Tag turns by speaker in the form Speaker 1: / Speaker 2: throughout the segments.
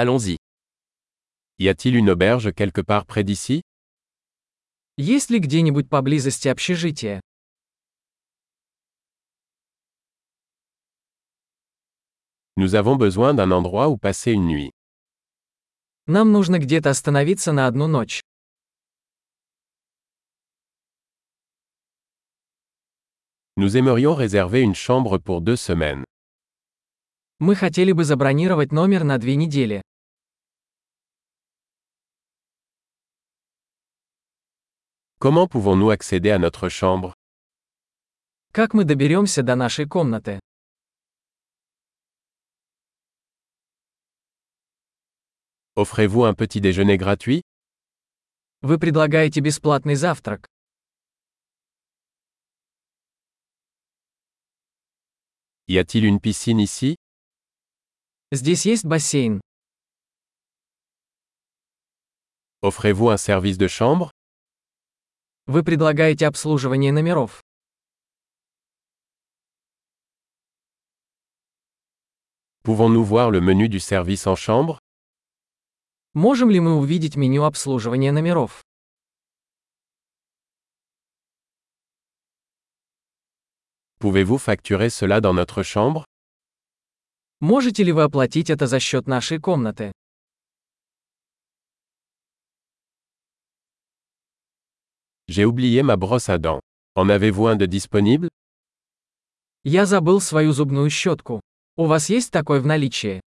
Speaker 1: Allons-y. Y a-t-il une auberge quelque part près d'ici
Speaker 2: Есть ли где-нибудь поблизости общежитие?
Speaker 1: Nous avons besoin d'un endroit où passer une nuit.
Speaker 2: Нам нужно где-то остановиться на одну ночь.
Speaker 1: Nous aimerions réserver une chambre pour deux semaines.
Speaker 2: Мы хотели бы забронировать номер на две недели.
Speaker 1: Comment pouvons-nous accéder à notre chambre
Speaker 2: Как мы доберемся до нашей комнаты?
Speaker 1: Offrez-vous un petit déjeuner gratuit
Speaker 2: Вы предлагаете бесплатный завтрак.
Speaker 1: Y a-t-il une piscine ici
Speaker 2: Здесь есть бассейн.
Speaker 1: Offrez-vous un service de chambre
Speaker 2: Вы предлагаете обслуживание номеров.
Speaker 1: Pouvons-nous voir le menu du service en chambre
Speaker 2: Можем ли мы увидеть меню обслуживания номеров?
Speaker 1: Pouvez-vous facturer cela dans notre chambre
Speaker 2: Можете ли вы оплатить это за счет нашей комнаты?
Speaker 1: J'ai oublié ma brosse à dents. En avez-vous un de disponible
Speaker 2: Я забыл свою зубную щетку. У вас есть такой в наличии?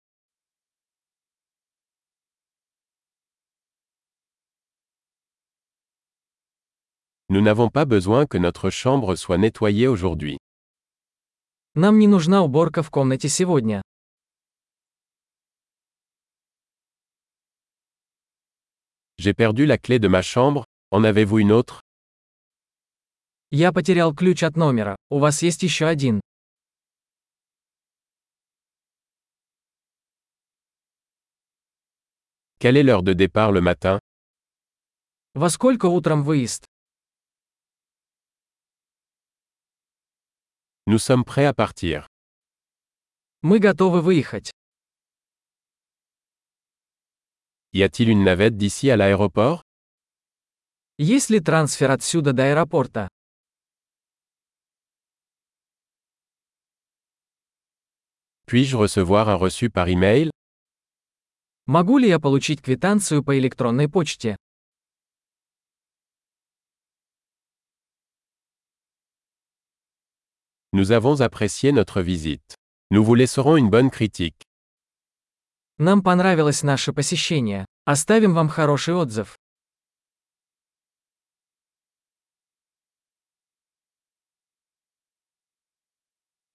Speaker 1: Nous n'avons pas besoin que notre chambre soit nettoyée aujourd'hui.
Speaker 2: Нам не нужна уборка в комнате сегодня.
Speaker 1: J'ai perdu la clé de ma chambre, en avez-vous une autre
Speaker 2: Я потерял ключ от номера. У вас есть еще один.
Speaker 1: Quelle est l'heure de départ le matin
Speaker 2: Во сколько утром выезд?
Speaker 1: Nous sommes prêts à partir.
Speaker 2: Мы готовы выехать.
Speaker 1: Y a-t-il une navette d'ici à l'aéroport
Speaker 2: Есть ли трансфер отсюда до аэропорта?
Speaker 1: Puis-je recevoir un reçu par email
Speaker 2: Могу ли я получить квитанцию по электронной почте?
Speaker 1: Nous avons apprécié notre visite. Nous vous laisserons une bonne critique.
Speaker 2: Нам понравилось наше посещение. Оставим вам хороший отзыв.